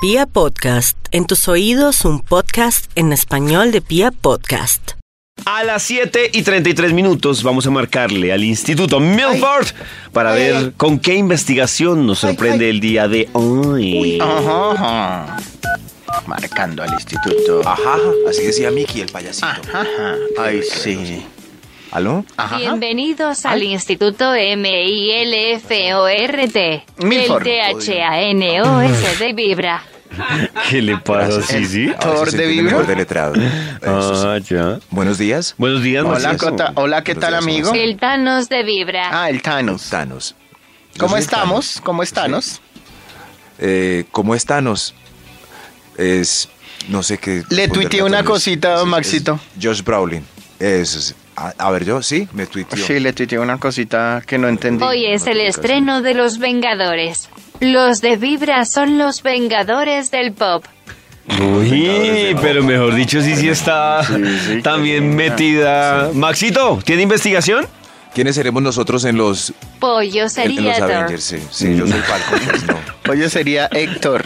Pia Podcast, en tus oídos un podcast en español de Pia Podcast. A las 7 y 33 minutos vamos a marcarle al Instituto Milford para ver con qué investigación nos sorprende el día de hoy. Ajá, ajá. Marcando al instituto. Ajá, así decía Mickey el payasito. Ajá. Ay, sí. ¿Aló? Bienvenidos al Instituto MILFORT. Milford. El THANOS de Vibra. ¿Qué le pasa? Sí, sí. Ahora ¿Tor se de siente vibra? mejor de letrado. Eso sí. Ah, ya. Buenos días. Buenos días, Hola, Narciso. Cota. Hola, ¿qué tal, amigo? El Thanos de Vibra. Ah, el Thanos. Thanos. Yo ¿Cómo soy estamos? Thanos. ¿Cómo es Thanos? Eh, ¿Cómo es Thanos? Es. No sé qué. Le responderle tuiteé a una todos. cosita, Es- don es Maxito. Josh Brolin. Eso sí. A, a ver, yo sí, me tuiteó. Sí, le tuiteé una cosita que no entendí. Hoy es el estreno de Los Vengadores. Los de Vibra son los Vengadores del Pop. Uy, pero mejor dicho, sí, sí está sí, también metida. Maxito, ¿tiene investigación? ¿Quiénes seremos nosotros en los, Pollo en- en sería los Thor. Avengers? Sí, sí, yo soy Falcon, pues no. Oye, sería Héctor.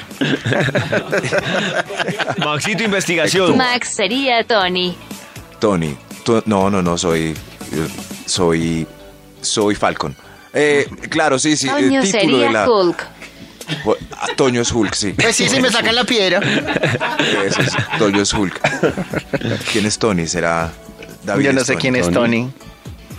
Maxito, investigación. Max sería Tony. Tony. to- no, no, no, soy. eh, Soy. Soy Falcon. Eh, claro, sí, sí. eh, Toño título de sería la. Hulk. Jo- ah, Toño es Hulk, sí. Pues sí, si me sacan la piedra. Eso es, Toño es Hulk. ¿Quién es Tony? ¿Será David? Yo no sé Tony? quién es Tony.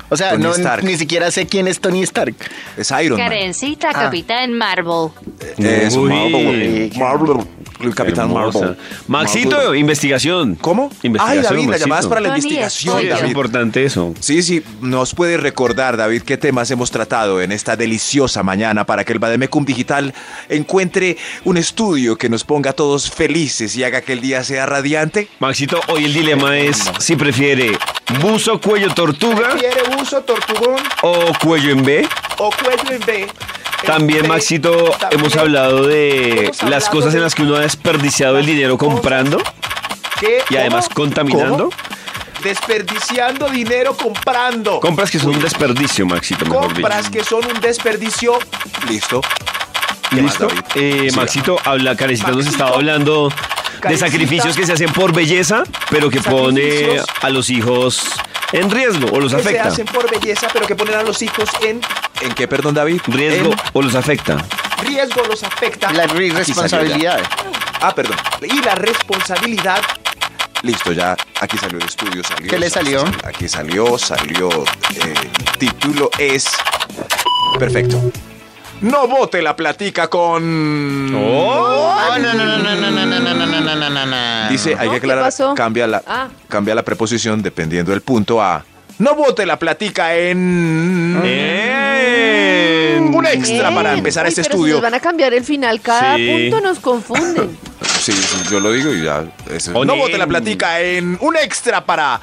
O sea, Tony no, Stark. ni siquiera sé quién es Tony Stark. Es Iron Man. Karencita, Ah. Capitán Marvel. Es Uy. Marvel. Marvel. El Capitán Hermosa. Marvel. Maxito, Marvel. investigación. ¿Cómo? Ay, Investigación, David, la Maxito. llamabas para la Tony es Sí, investigación, Tony. es David. importante eso. Sí, sí, nos puede recordar, David, qué temas hemos tratado en esta deliciosa mañana para que el Bademecum Digital encuentre un estudio que nos ponga a todos felices y haga que el día sea radiante. Maxito, hoy el dilema es si prefiere buzo cuello tortuga ¿Quiere uso tortugón o cuello en B. o cuello en B? Este, También, Maxito, hemos hablado de hemos las hablado cosas en de- las que uno ha desperdiciado el dinero comprando y además contaminando. Desperdiciando dinero comprando. Compras que son un desperdicio, Maxito, mejor dicho. Pues Compras que son un desperdicio. Listo. ¿Qué más, ¿Listo? David? Eh, Siga. Maxito, habla, Karencita nos Maxito. estaba hablando de Karencita. sacrificios que se hacen por belleza, pero que pone Sacrificios. a los hijos en riesgo o los que se afecta. hacen por belleza, pero que ponen a los hijos en ¿En qué, perdón, David? Riesgo En- o los afecta. riesgo, los afecta La irresponsabilidad. Ah, perdón. y la responsabilidad. Listo, ya. Aquí salió el estudio. Salió, ¿Qué le salió? Aquí salió, salió. eh, título es. Perfecto. No bote la platica con. Oh, no, no, no, no, no, no, no, no, no, no, no, no, no. Dice, hay Ah, que No, ¿qué aclarar, pasó? cambia la, Ah. cambia la preposición dependiendo del punto a. No bote la platica en. Eh, En- Un extra para Bien. empezar Uy, este pero si estudio. nos van a cambiar el final. Cada Sí. punto nos confunden. Sí, sí, yo lo digo y ya. eso es. O No en. bote la platica en. Un extra para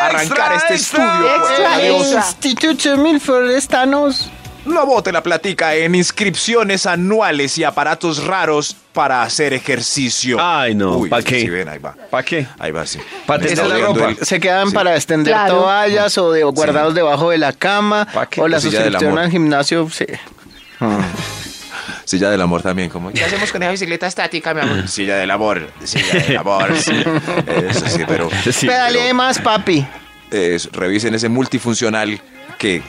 arrancar este estudio. extra. por el Extra, adiós. extra. Instituto Milford es Thanos. No bote la platica en inscripciones anuales y aparatos raros para hacer ejercicio. Ay, no, Uy, ¿pa' sí, qué? sí, ven, ahí va. ¿Para qué? Ahí va, sí. Pa' Me está tender la oliendo ropa. el- Se quedan sí. para extender Claro. toallas o de- o guardados debajo de la cama ¿Pa' qué? o la Pues si ya del suscripción amor. al gimnasio. sí. Silla del amor también, ¿cómo? ¿Qué hacemos con esa bicicleta estática, mi amor? Silla del amor, silla del amor. sí. Eso sí, pero Sí, Pedale más, papi. eh, revisen ese multifuncional que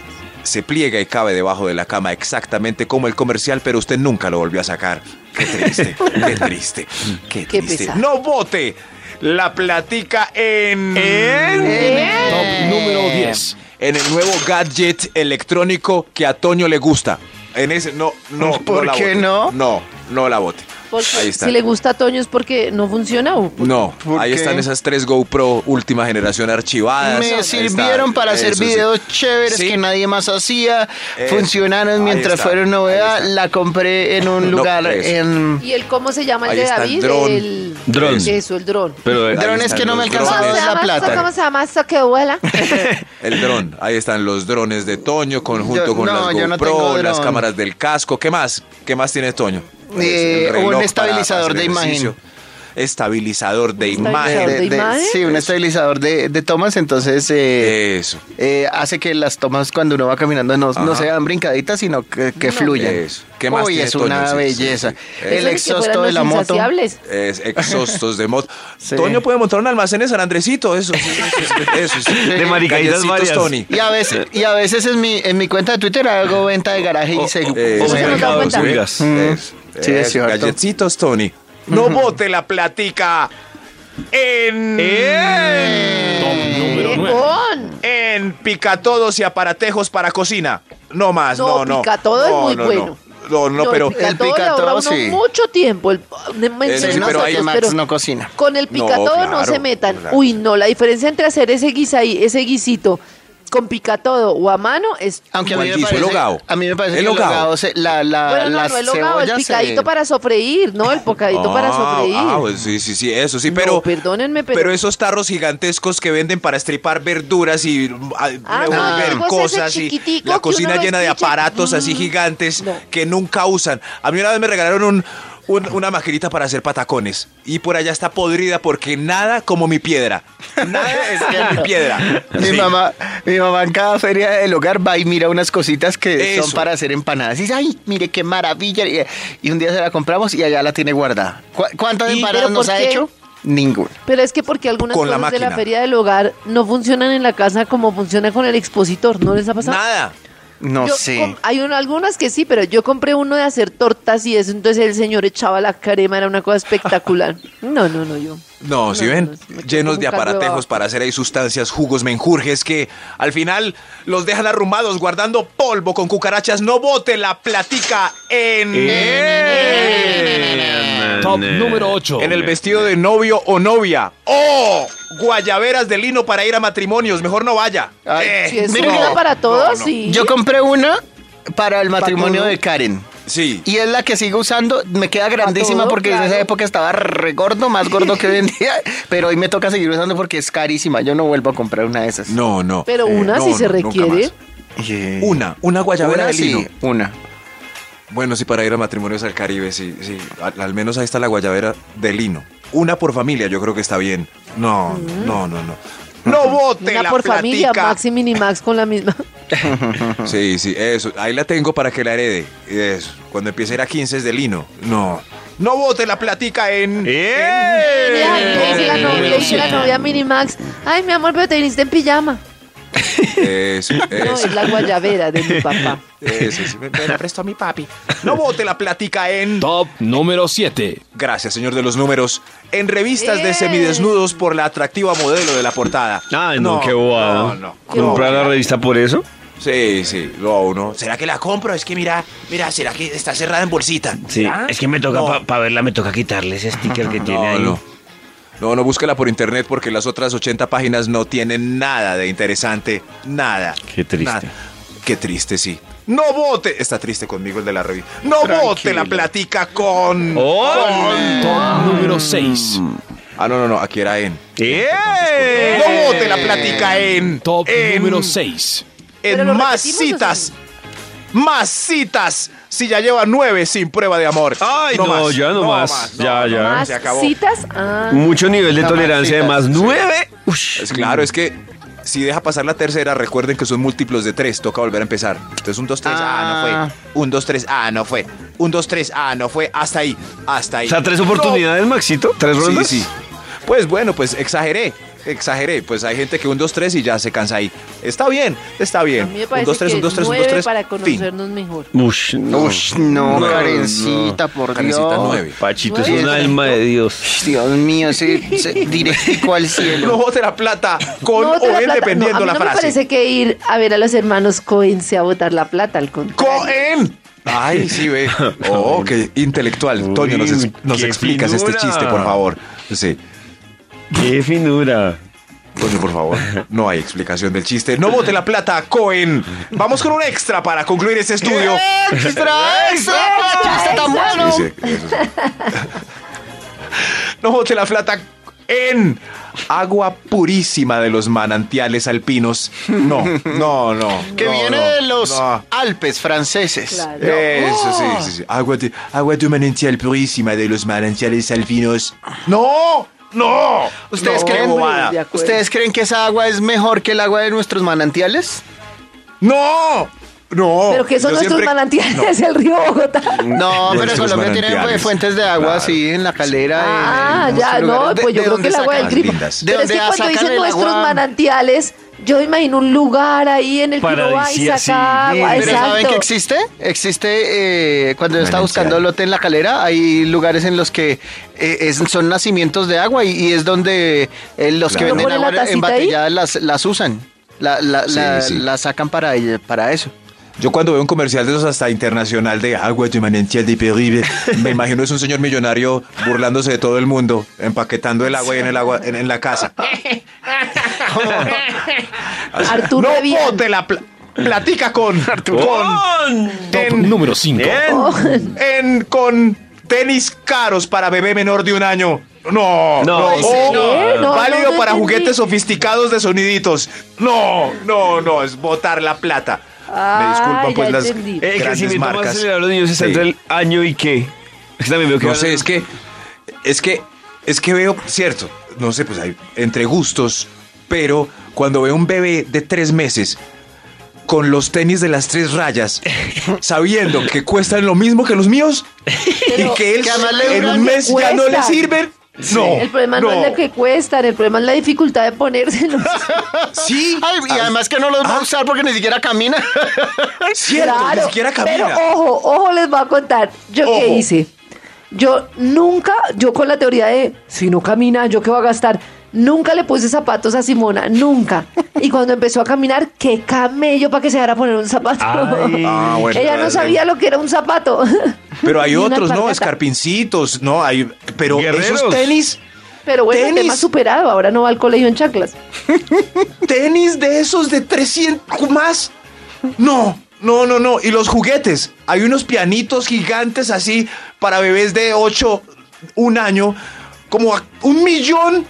se pliega y cabe debajo de la cama exactamente como el comercial, pero usted nunca lo volvió a sacar. Qué triste, qué triste, qué Qué triste. pesar. no bote la platica en... Top número 10. En el nuevo gadget electrónico que a Toño le gusta. En ese, no, no, ¿Por la qué bote. no? No, no la bote. Porque Ahí está. si le gusta a Toño es porque no funciona. o- No, ¿Por ahí qué? están esas tres GoPro última generación archivadas. Me Ahí sirvieron está, para hacer eso sí. videos chéveres Sí. que nadie más hacía. Eso, ahí Funcionaron mientras está, fueron ahí novedad. está. La compré en un No, lugar eso. en... ¿Y el cómo se llama Mm. el Ahí de está el David? dron. El Dron. Eso, el dron. Pero eh, Ahí Drones están que no me los alcanzaba drones. a ver la plata. ¿Cómo se llama esto que vuela? El dron, ahí están los drones de Toño conjunto Yo- con no, las yo no GoPro, tengo las dron. cámaras del casco. ¿Qué más? ¿Qué más tiene Toño? Eh, El reloj un para estabilizador hacer de imagen. ejercicio. estabilizador de Estabilizador imagen. de imagen? sí, un estabilizador de, de tomas, entonces eh, Eso. eh, hace que las tomas cuando uno va caminando no, no Ajá. se vean brincaditas, sino que, que fluyan. Eso. ¿Qué más Uy, tiene, es Toño? una Sí, sí, belleza. sí, sí. El Eso ni que fueran exhausto de los la moto. insaciables. Es exhaustos de moto. Sí. Toño puede montar un almacén en San Andresito, eso. sí, sí, sí, eso sí. De maricaditas Callecitos, varias. Tony. Y a veces, y a veces en mi, en mi cuenta de Twitter hago venta de garaje y se Eh, Eso o se nos da mercados, cuenta. oigas. Eso, Sí, es eso, cierto. ¿eh? Galletitos, Tony. No bote la platica en, ¡Huevón! en picatodos y aparatejos para cocina. No más, no, No, no. picatodo es No, no, muy no. bueno. No, no, No, pero... El picatodo el le ahorra picatodo, uno sí. mucho tiempo. El, me mencionan sí, pero los ahí- otros, Max pero no cocina. Con el picatodo no, claro, se metan. claro. Uy, no, la diferencia entre hacer ese guisaí, ese guisito con picatodo o a mano es... Aunque a Como mí, el me guiso, parece, el hogao. a mí me parece El que el hogao. hogao se- la, la, Bueno, no, las no el hogado, el cebollas se- picadito para sofreír, ¿no? El pocadito para Ah, sofreír. Ah, pues sí, sí, sí, eso sí, No, pero. perdónenme, pero- esos tarros gigantescos que venden para estripar verduras y ah, Ah, no, revolver chicos, ese cosas y chiquitico la que cocina uno llena de despincha. aparatos así gigantes No. que nunca usan. A mí una vez me regalaron un- un- una maquinita para hacer patacones y por allá está podrida porque nada como mi piedra. Nada es como mi piedra. Mi, Sí. mamá, mi mamá en cada feria del hogar va y mira unas cositas que son Eso. para hacer empanadas. Y dice, ay, mire qué maravilla. Y, y un día se la compramos y allá la tiene guardada. ¿Cu- ¿Cuántas ¿Y- empanadas ¿Pero nos por ha qué? hecho? Ninguna. Pero es que porque algunas Con la cosas de la máquina. feria del hogar no funcionan en la casa como funciona con el expositor, ¿no les ha pasado? Nada. No Yo sé. com- Hay un- algunas que sí, pero yo compré uno de hacer tortas y eso, entonces el señor echaba la crema, era una cosa espectacular. No, no, no, yo. No, si no, ven, no, es mucho llenos de como un caldo de aparatejos babas. para hacer ahí sustancias, jugos, menjurjes que al final los dejan arrumados guardando polvo con cucarachas. No bote la platica en, Top número 8. en el vestido de novio o novia. ¡Oh! Guayaberas de lino para ir a matrimonios. Mejor no vaya. Ay, Eh, Si es Mira, una no, para todos, no. sí. Yo compré una para el matrimonio de Karen. Sí. Y es la que sigo usando, me queda grandísima todo, porque en claro. esa época estaba re gordo, más gordo que hoy en día, pero hoy me toca seguir usando porque es carísima, yo no vuelvo a comprar una de esas. No, no. Pero Eh, una no, si se no, nunca requiere. más. Yeah. Una, una guayabera Una de lino. sí, una. Bueno, sí, para ir a matrimonios al Caribe, sí, sí. Al, al menos ahí está la guayabera de lino. Una por familia, yo creo que está bien. No, no, no, no. No bote Mm. Una la por familia, platica. Max y Minimax con la misma. Sí, sí, eso. Ahí la tengo para que la herede. Eso. Cuando empiece a ir a 15 es de lino. No. No bote la platica en. ¡Eh! Ya, le dice la novia, le dice la novia a Minimax, ay, mi amor, pero te viniste en pijama. Eso, No, eso. es la guayabera de mi papá. Eso, sí. Me, me la presto a mi papi. No bote la platica en. Top número 7. Gracias, señor de los números. En revistas Eh. de semidesnudos por la atractiva modelo de la portada. Ay, no, qué bobada. No, no. ¿Comprar la revista por eso? Sí, sí, lo uno. ¿Será que la compro? Es que mira, mira, ¿será que está cerrada en bolsita? Sí. ¿Será? Es que me toca, No. para verla, me toca quitarle ese sticker que tiene No, ahí. no. No, no, búsquela por internet porque las otras 80 páginas no tienen nada de interesante. Nada. Qué triste. Nada. Qué triste, sí. No vote. Está triste conmigo el de la revista. No vote la platica con. ¡Oh! Top número 6. Mm. Ah, no, no, no. Aquí era en. ¡Eh! No vote la platica en. Top en- número 6. ¿Pero En lo más repetimos o citas. Más citas. Si ya lleva nueve sin prueba de amor. Ay, no, más, ya no más, ya, ya. Más Se acabó. citas, ah. Mucho nivel de tolerancia de más nueve. Es claro, es que si deja pasar la tercera, recuerden que son múltiplos de tres, toca volver a empezar. Entonces un, dos, tres, ah, Ah. no fue. Un, dos, tres, ah, no fue. Un, dos, tres, ah, no fue. Hasta ahí, hasta ahí. O sea, tres No. oportunidades, Maxito. Tres Sí, rondas. sí. Pues bueno, pues exageré, exageré. Pues hay gente que un, dos, tres y ya se cansa ahí. Está bien, está A bien. mí me Un, parece dos, tres, que un, dos, tres, un, nueve dos, tres. para Fin. conocernos mejor. Ush, no. Ush, no, No, Karencita, por Dios. Karencita, nueve. Pachito es Nueve. un alma de Dios. Dios mío, ese, ese directico al No cielo. bote la plata con No, o otra en, plata. dependiendo No, la a mí no frase. me parece que ir a ver a los hermanos Cohen sea botar la plata, al contrario. ¡Cohen! Ay, sí, ve. Oh, qué intelectual. Uy, Toño, nos, es- qué nos explicas finura. este chiste, por favor. Sí. Qué finura. Toño, por favor. No hay explicación del chiste. No bote la plata, Cohen. Vamos con un extra para concluir este estudio. ¡Extra, extra! ¡Chiste tan bueno! Sí, sí, eso sí. No bote la plata en agua purísima de los manantiales alpinos. No, no, no. Que no, viene no, de los no. Alpes franceses. Claro. Eso, sí, sí, sí. Agua de, agua de manantial purísima de los manantiales alpinos. ¡No! ¡No! ¿Ustedes, No, creen, bobada. de acuerdo. ¿Ustedes creen que esa agua es mejor que el agua de nuestros manantiales? ¡No! ¡No! Pero que son Yo nuestros siempre- manantiales del río Bogotá. No, De pero nuestros Colombia tiene manantiales. pues, fuentes de agua Claro. así en la calera. en- Ah, en ya, muchos no, lugares. pues ¿De- yo de creo dónde que el agua sacan? del Las grifo. lindas. ¿De Pero es dónde que cuando sacan dicen el nuestros agua? manantiales, yo imagino un lugar ahí en el que uno va y Paradisíaco, saca sí. agua. Pero ¿saben que Exacto. existe? Existe, eh, cuando yo estaba Manantial. buscando lote en la calera, hay lugares en los que eh, es- son nacimientos de agua y, y es donde eh, los que Claro. venden ¿Ponen la agua tacita ahí? embotellada las, las usan, la, la- Sí, la- sí. la sacan para, ella- para eso. Yo cuando veo un comercial de esos hasta internacional de agua de manantial de Peribe, me imagino es un señor millonario burlándose de todo el mundo, empaquetando el agua ahí en el agua en, en la casa. Arturo no Revian. bote la pla- platica con Con- Eh, Top número 5. Bien. Oh. con, en- con tenis caros para bebé menor de un año. No, No, no, ¿en O serio? No, válido no, no para entendí. juguetes sofisticados de soniditos. No, no, no, es botar la plata. me Ah, disculpan ya pues las entendí. El grandes crecimiento más marcas. acelerado de los niños es Sí. entre el año y qué. Es que también veo que No van a- sé, es que, es que, es que veo, cierto, no sé, pues hay entre gustos, pero cuando veo un bebé de tres meses con los tenis de las tres rayas, sabiendo que cuestan lo mismo que los míos Pero y que él que además le en duran un mes ya no le cuestan. sirven, no. El problema no. es lo que cuestan, el problema es la dificultad de ponérselos. Sí, Ay, y además que no los va a Ah. usar porque ni siquiera camina. cierto, Claro, ni siquiera camina. Pero ojo, ojo, les voy a contar. ¿Yo qué Ojo. hice? Yo nunca, yo con la teoría de si no camina, ¿yo qué voy a gastar? Nunca le puse zapatos a Simona, nunca. Y cuando empezó a caminar, qué camello para que se dejara poner un zapato. Ay. Ah, bueno, Ella no es- sabía lo que era un zapato. Pero hay Y una otros, ¿no? alpargata. Escarpincitos, ¿no? Hay, pero esos Guerreros. tenis, Pero bueno, el tenis. tema superado, ahora no va al colegio en chanclas. tenis de esos de 300 más. No, no, no, no. Y los juguetes. Hay unos pianitos gigantes así para bebés de 8, un año, como a un millón,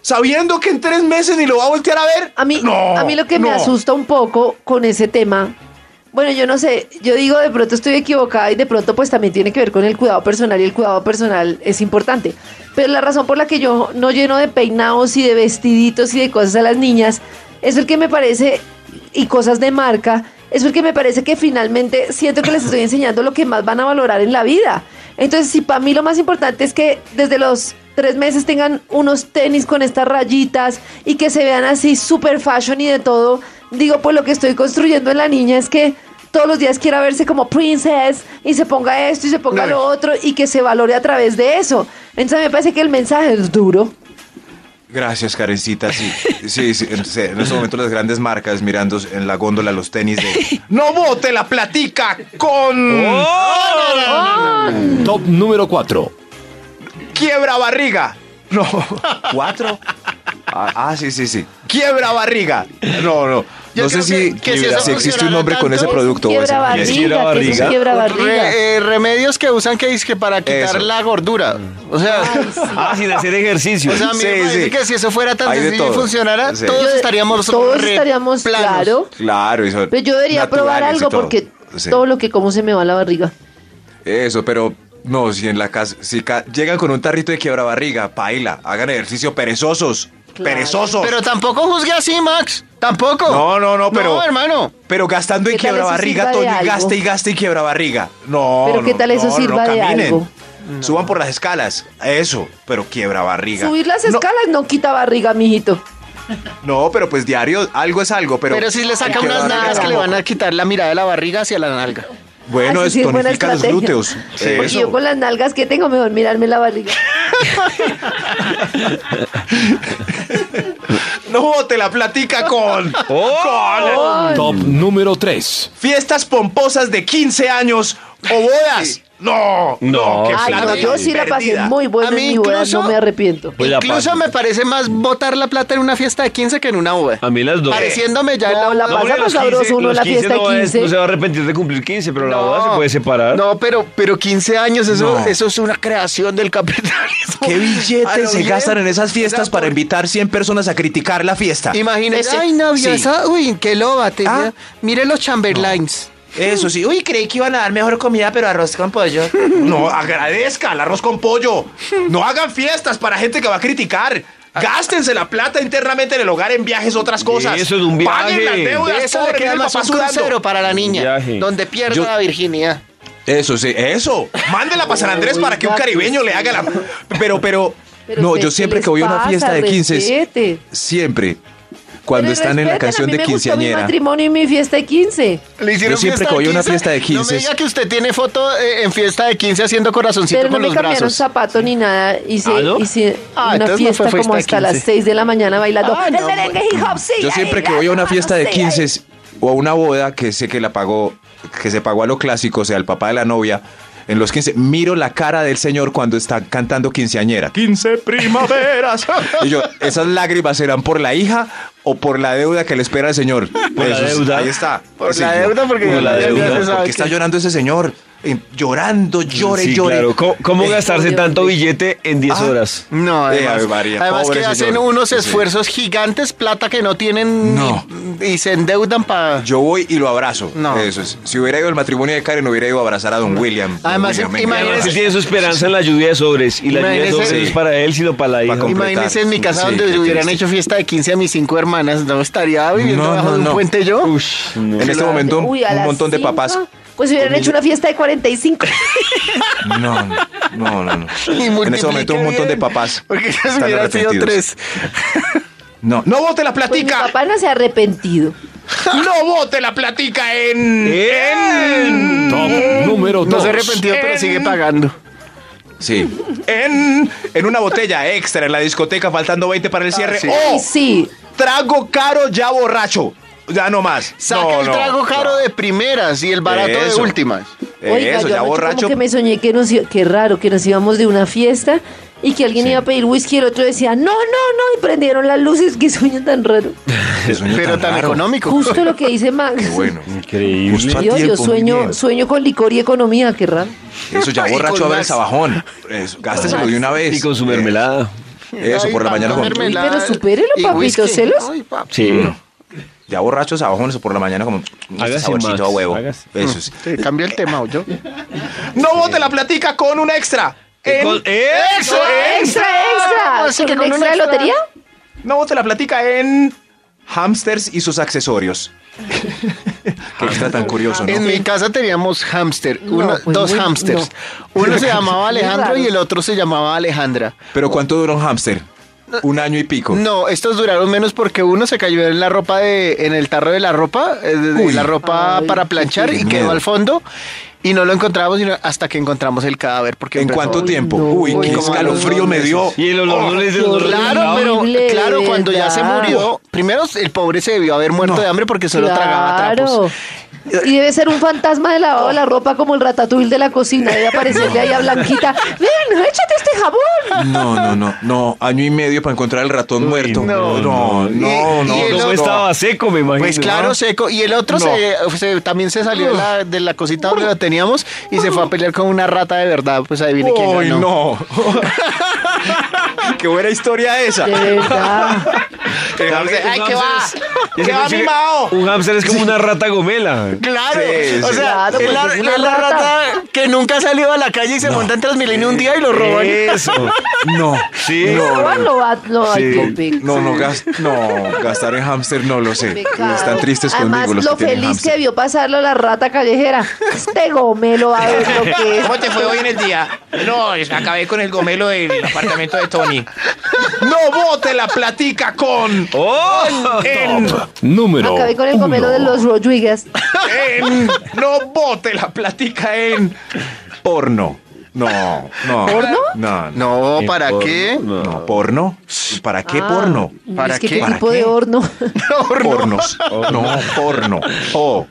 sabiendo que en tres meses ni lo va a voltear a ver. A mí, No, a mí lo que me no. asusta un poco con ese tema, bueno, yo no sé, yo digo de pronto estoy equivocada y de pronto pues también tiene que ver con el cuidado personal y el cuidado personal es importante. Pero la razón por la que yo no lleno de peinados y de vestiditos y de cosas a las niñas es el que me parece, y cosas de marca, es porque me parece que finalmente siento que les estoy enseñando lo que más van a valorar en la vida. Entonces, si para mí lo más importante es que desde los tres meses tengan unos tenis con estas rayitas y que se vean así super fashion y de todo, digo, pues lo que estoy construyendo en la niña es que todos los días quiera verse como princess y se ponga esto y se ponga lo otro y que se valore a través de eso. Entonces, me parece que el mensaje es duro. Gracias, Karencita. Sí, sí, sí, en- sí, En este momento las grandes marcas mirando en la góndola los tenis de... ¡No bote la platica con Oh. Top número 4. quiebra barriga! No. ¿Cuatro? Ah, ah, sí, sí, sí. ¡Quiebra barriga! No, no. Yo no sé creo si, que- que si eso si existe un funcionara nombre con tanto, ese producto. o ese- Quiebra barriga, ese- quiebra que eso es barriga. quiebra barriga. Re- eh, remedios que usan que dice que para quitar Eso. Mm. la gordura. O sea, Ah, sin hacer ejercicio. o sea, a mí me Sí, parece sí. que si eso fuera tan Hay de sencillo y todo. funcionara, Sí. todos Yo- estaríamos todos re estaríamos planos. claro Claro, eso. pero Pues yo debería probar algo porque todo lo que como se me va la barriga Eso, pero no, si en la casa, si ca- llegan con un tarrito de quiebra barriga, paila, hagan ejercicio perezosos. Claro. Perezosos. Pero tampoco juzgue así, Max. Tampoco. No, no, no, pero. No, hermano. Pero gastando en ¿Qué tal quiebra eso barriga, sirva de Toño, y algo? gasta y gasta y quiebra barriga. No. Pero no, ¿qué tal eso no, sirva no, de caminen. Mm. algo? Suban por las escalas. Eso, pero quiebra barriga. subir las escalas no quita barriga mijito No, pero pues diario, algo es algo, pero. Pero, si le saca el quiebra unas barriga nalgas que le tampoco. van a quitar la mirada de la barriga hacia la nalga. Bueno, Ah, sí, es sí, buena tonifica los estrategia. glúteos. porque Eso. yo con las nalgas que tengo mejor mirarme la barriga No, te la platica con. Ay, Top número 3. Fiestas pomposas de 15 años o bodas. No, No, qué ay, ay, plata no, yo sí la pasé perdida. muy buena A mí en mi boda incluso- no me arrepiento Pues la Incluso paz- me parece más botar la plata en una fiesta de 15 que en una boda. A mí las dos. Pareciéndome ya en No, la boda. pasa porque más los 15, sabroso uno los en la fiesta no, es- 15 no se va a arrepentir de cumplir 15, pero la boda se puede separar. No, pero, pero 15 años, eso, No. eso es una creación del capitalismo. ¿Qué A Ah, lo billetes se bien. gastan en esas fiestas Era para por- invitar 100 personas a criticar la fiesta? Imagínese, Ese- ay, sí. Navia, esa- uy, qué loba, te- Ah. mire los Chamberlains. Eso sí. Uy, Uy, creí que iban a dar mejor comida, pero arroz con pollo. no, agradezca el arroz con pollo. No hagan fiestas para gente que va a criticar. Ah. Gástense la plata internamente en el hogar, en viajes, otras cosas. Eso es un viaje. Paguen las deudas, Eso le pobre, queda mire, más papá un sudando. crucero para la niña, viaje. donde pierde Yo- la virginidad. Eso sí, eso. Mándela para San Andrés para que un caribeño le haga la. Pero, pero. Pero no, ustedes, yo ¿qué siempre les que voy a una pasa? fiesta de 15, Respeten. siempre, cuando Pero están en la respeten, canción a mí de me gustó mi quinceañera. matrimonio y mi fiesta de 15. Le Yo siempre que voy a una fiesta de No me 15. diga que usted tiene foto eh, en fiesta de 15 haciendo corazoncito Pero no con me los cambiaron brazos. zapato ni nada. Hice, ¿Ah, no? hice Ah, una entonces no fiesta fue fiesta como de hasta 15. las 6 de la mañana bailando. Ah, el no, merengue hip hop, sí. Yo siempre que voy a una fiesta de 15 o a una boda que sé que la pagó, que se pagó a lo clásico, o sea, el papá de la novia, en los 15, miro la cara del señor cuando está cantando quinceañera. 15 primaveras. y yo, esas lágrimas serán por la hija o por la deuda que le espera el señor. Por la Eso es- deuda. Ahí está. Por la deuda, porque por la ya se deuda. sabe Porque que- está llorando ese señor. Eh, Llorando, llore, Sí, llore. claro. ¿Cómo, cómo Eh, gastarse Dios tanto mío. billete en 10 Ah. horas? No, Eh, además, Ave María, además pobre que señor. hacen unos Sí. esfuerzos gigantes, plata que no tienen No. y, y se endeudan para... Yo voy y lo abrazo. No. Eso es. Si hubiera ido al matrimonio de Karen, hubiera ido a abrazar a don William. Don Además, William, venga, imagínese- Además, abrazo. él tiene su esperanza en la lluvia de sobres. Y la lluvia de Imagínese- sobres no es Sí. para él, sino para la hija. comprar. completar. Imagínese en mi casa Sí, donde qué hubieran triste. hecho fiesta de 15 a mis cinco hermanas, ¿no estaría viviendo No, bajo no, de un no. puente yo? En este momento, un montón de papás. Pues hubieran hecho una fiesta de 45. No, no, no, no. no. Y En este momento, un multiplique montón de bien, papás. Porque si están hubiera sido arrepentidos. tres. No, no vote la Pues mi platica. papá no se ha arrepentido. No vote la platica en. En. Top número 2. No se arrepentido, pero sigue pagando. Sí. En. En una botella extra en la discoteca, faltando 20 para el cierre. Ah, sí. Ay, O sí. trago caro ya borracho. Ya no más. Saca No, el no, trago caro no. de primeras y el barato Eso. de últimas. Oiga, Eso, yo ya anoche borracho. como que me soñé que nos, i- qué raro, que nos íbamos de una fiesta y que alguien iba a pedir whisky y el otro decía, no, no, no, y prendieron las luces, qué sueño tan raro. Qué pues, sueño Pero tan raro. económico. Justo lo que dice Max. Qué Bueno. Increíble. Justo a Dios, yo tiempo, muy sueño, bien. sueño con licor y economía, qué raro. Eso ya Y borracho con a ver más. sabajón. Eso, Gásteselo de una vez. Y con su mermelada. Eh, Eso, por la Ay, mañana papá, con. mermelada. mermelada Pero supérelo, y papito, whisky. ¿celos? Ay, papi. Sí. Ya borracho sabajón, eso por la mañana como. este Hágase, saborcito Max, a huevo. hágase. Eso es. Sí, Cambia el tema, yo. No bote la platica con un extra. En- Con- ¡Eso! eh? ¡Extra, extra! Así que ¿Con un con un extra de extra. lotería? No bote la platica en hamsters y sus accesorios. Qué extra tan curioso, ¿no? En mi casa teníamos hámster, No, uno- pues dos muy- hámsters. Uno se llamaba Alejandro y el otro se llamaba Alejandra. Pero ¿cuánto duró un hámster? Un año y pico. No, estos duraron menos porque uno se cayó en la ropa de, en el tarro de la ropa, eh, de, de Uy. la ropa Ay, para planchar qué y quedó miedo. al fondo y no lo encontramos sino hasta que encontramos el cadáver. Porque ¿En empezó- cuánto tiempo? no. Uy, Uy, qué como a los escalofrío dos me dio. Y el olor no les qué Claro, Horrible, pero de claro, cuando ya se verdad. murió, primero el pobre se debió haber muerto de hambre porque solo tragaba Claro. trapos. Y debe ser un fantasma de lavado de la ropa como el ratatouille de la cocina. Debe aparecerle ahí a Blanquita. ¡Ven, échate este jabón! No, no, no, no. Año y medio para encontrar el ratón muerto. no, no, no, no. Y- y el ¿Cómo no, otro- no. estaba seco, me imagino? Pues claro, seco. Y el otro No. se, se- también se salió de la, de la cosita donde lo teníamos y se fue a pelear con una rata de verdad. Pues adivine quién Uy, ganó. no. Qué buena historia esa. De verdad. El hámster- Un Ay, ¿qué va? hámster ¿Qué va, es- mimao? Un hámster es como una rata gomela. Claro, Sí, o sí. sea, Claro, es pues la, es una es la rata. rata. que nunca ha salido a la calle y se monta en Transmilenio un día y lo roban. Eso. No, Sí. no, no, No, no va, no va, Sí. qué pecado. no, no, gas- no, gastar en hámster no lo sé. Pecado. Están tristes Además, conmigo los lo que tienen feliz que hámster. vio pasarlo la rata callejera. Este gomelo va a ver lo que es. ¿Cómo te fue hoy en el día? No, es- acabé con el gomelo del apartamento de Tony. No bote la platica con. ¡Oh! En, Número Acabé con el gomelo uno. de los Rodríguez. en, no bote la platica en porno. No, no. ¿Porno? No, no. No, ¿para qué? no, ¿Porno? ¿Para Ah. qué porno? ¿Para es que qué? qué ¿Para tipo de qué? horno. Pornos. Oh, No, porno. O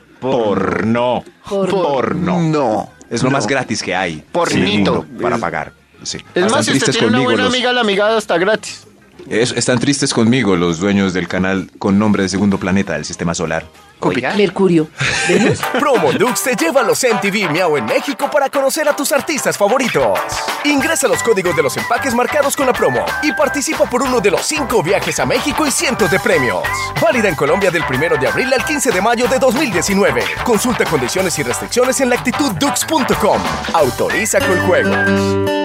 porno. Porno. Porno. No. Es lo más gratis que hay. Pornito. en el mundo Para pagar. Sí. Es Están más, si usted tristes tiene una conmigo buena los- amiga, la amiga está gratis. Es- están tristes conmigo los dueños del canal con nombre de segundo planeta del sistema solar. Oiga, Mercurio. ¿Venus? Promo Lux te lleva a los MTV Miau en México para conocer a tus artistas favoritos. Ingresa los códigos de los empaques marcados con la promo y participa por uno de los cinco viajes a México y cientos de premios. Válida en Colombia del 1 de abril al 15 de mayo de 2019. Consulta condiciones y restricciones en lactituddux.com. Autoriza con juegos.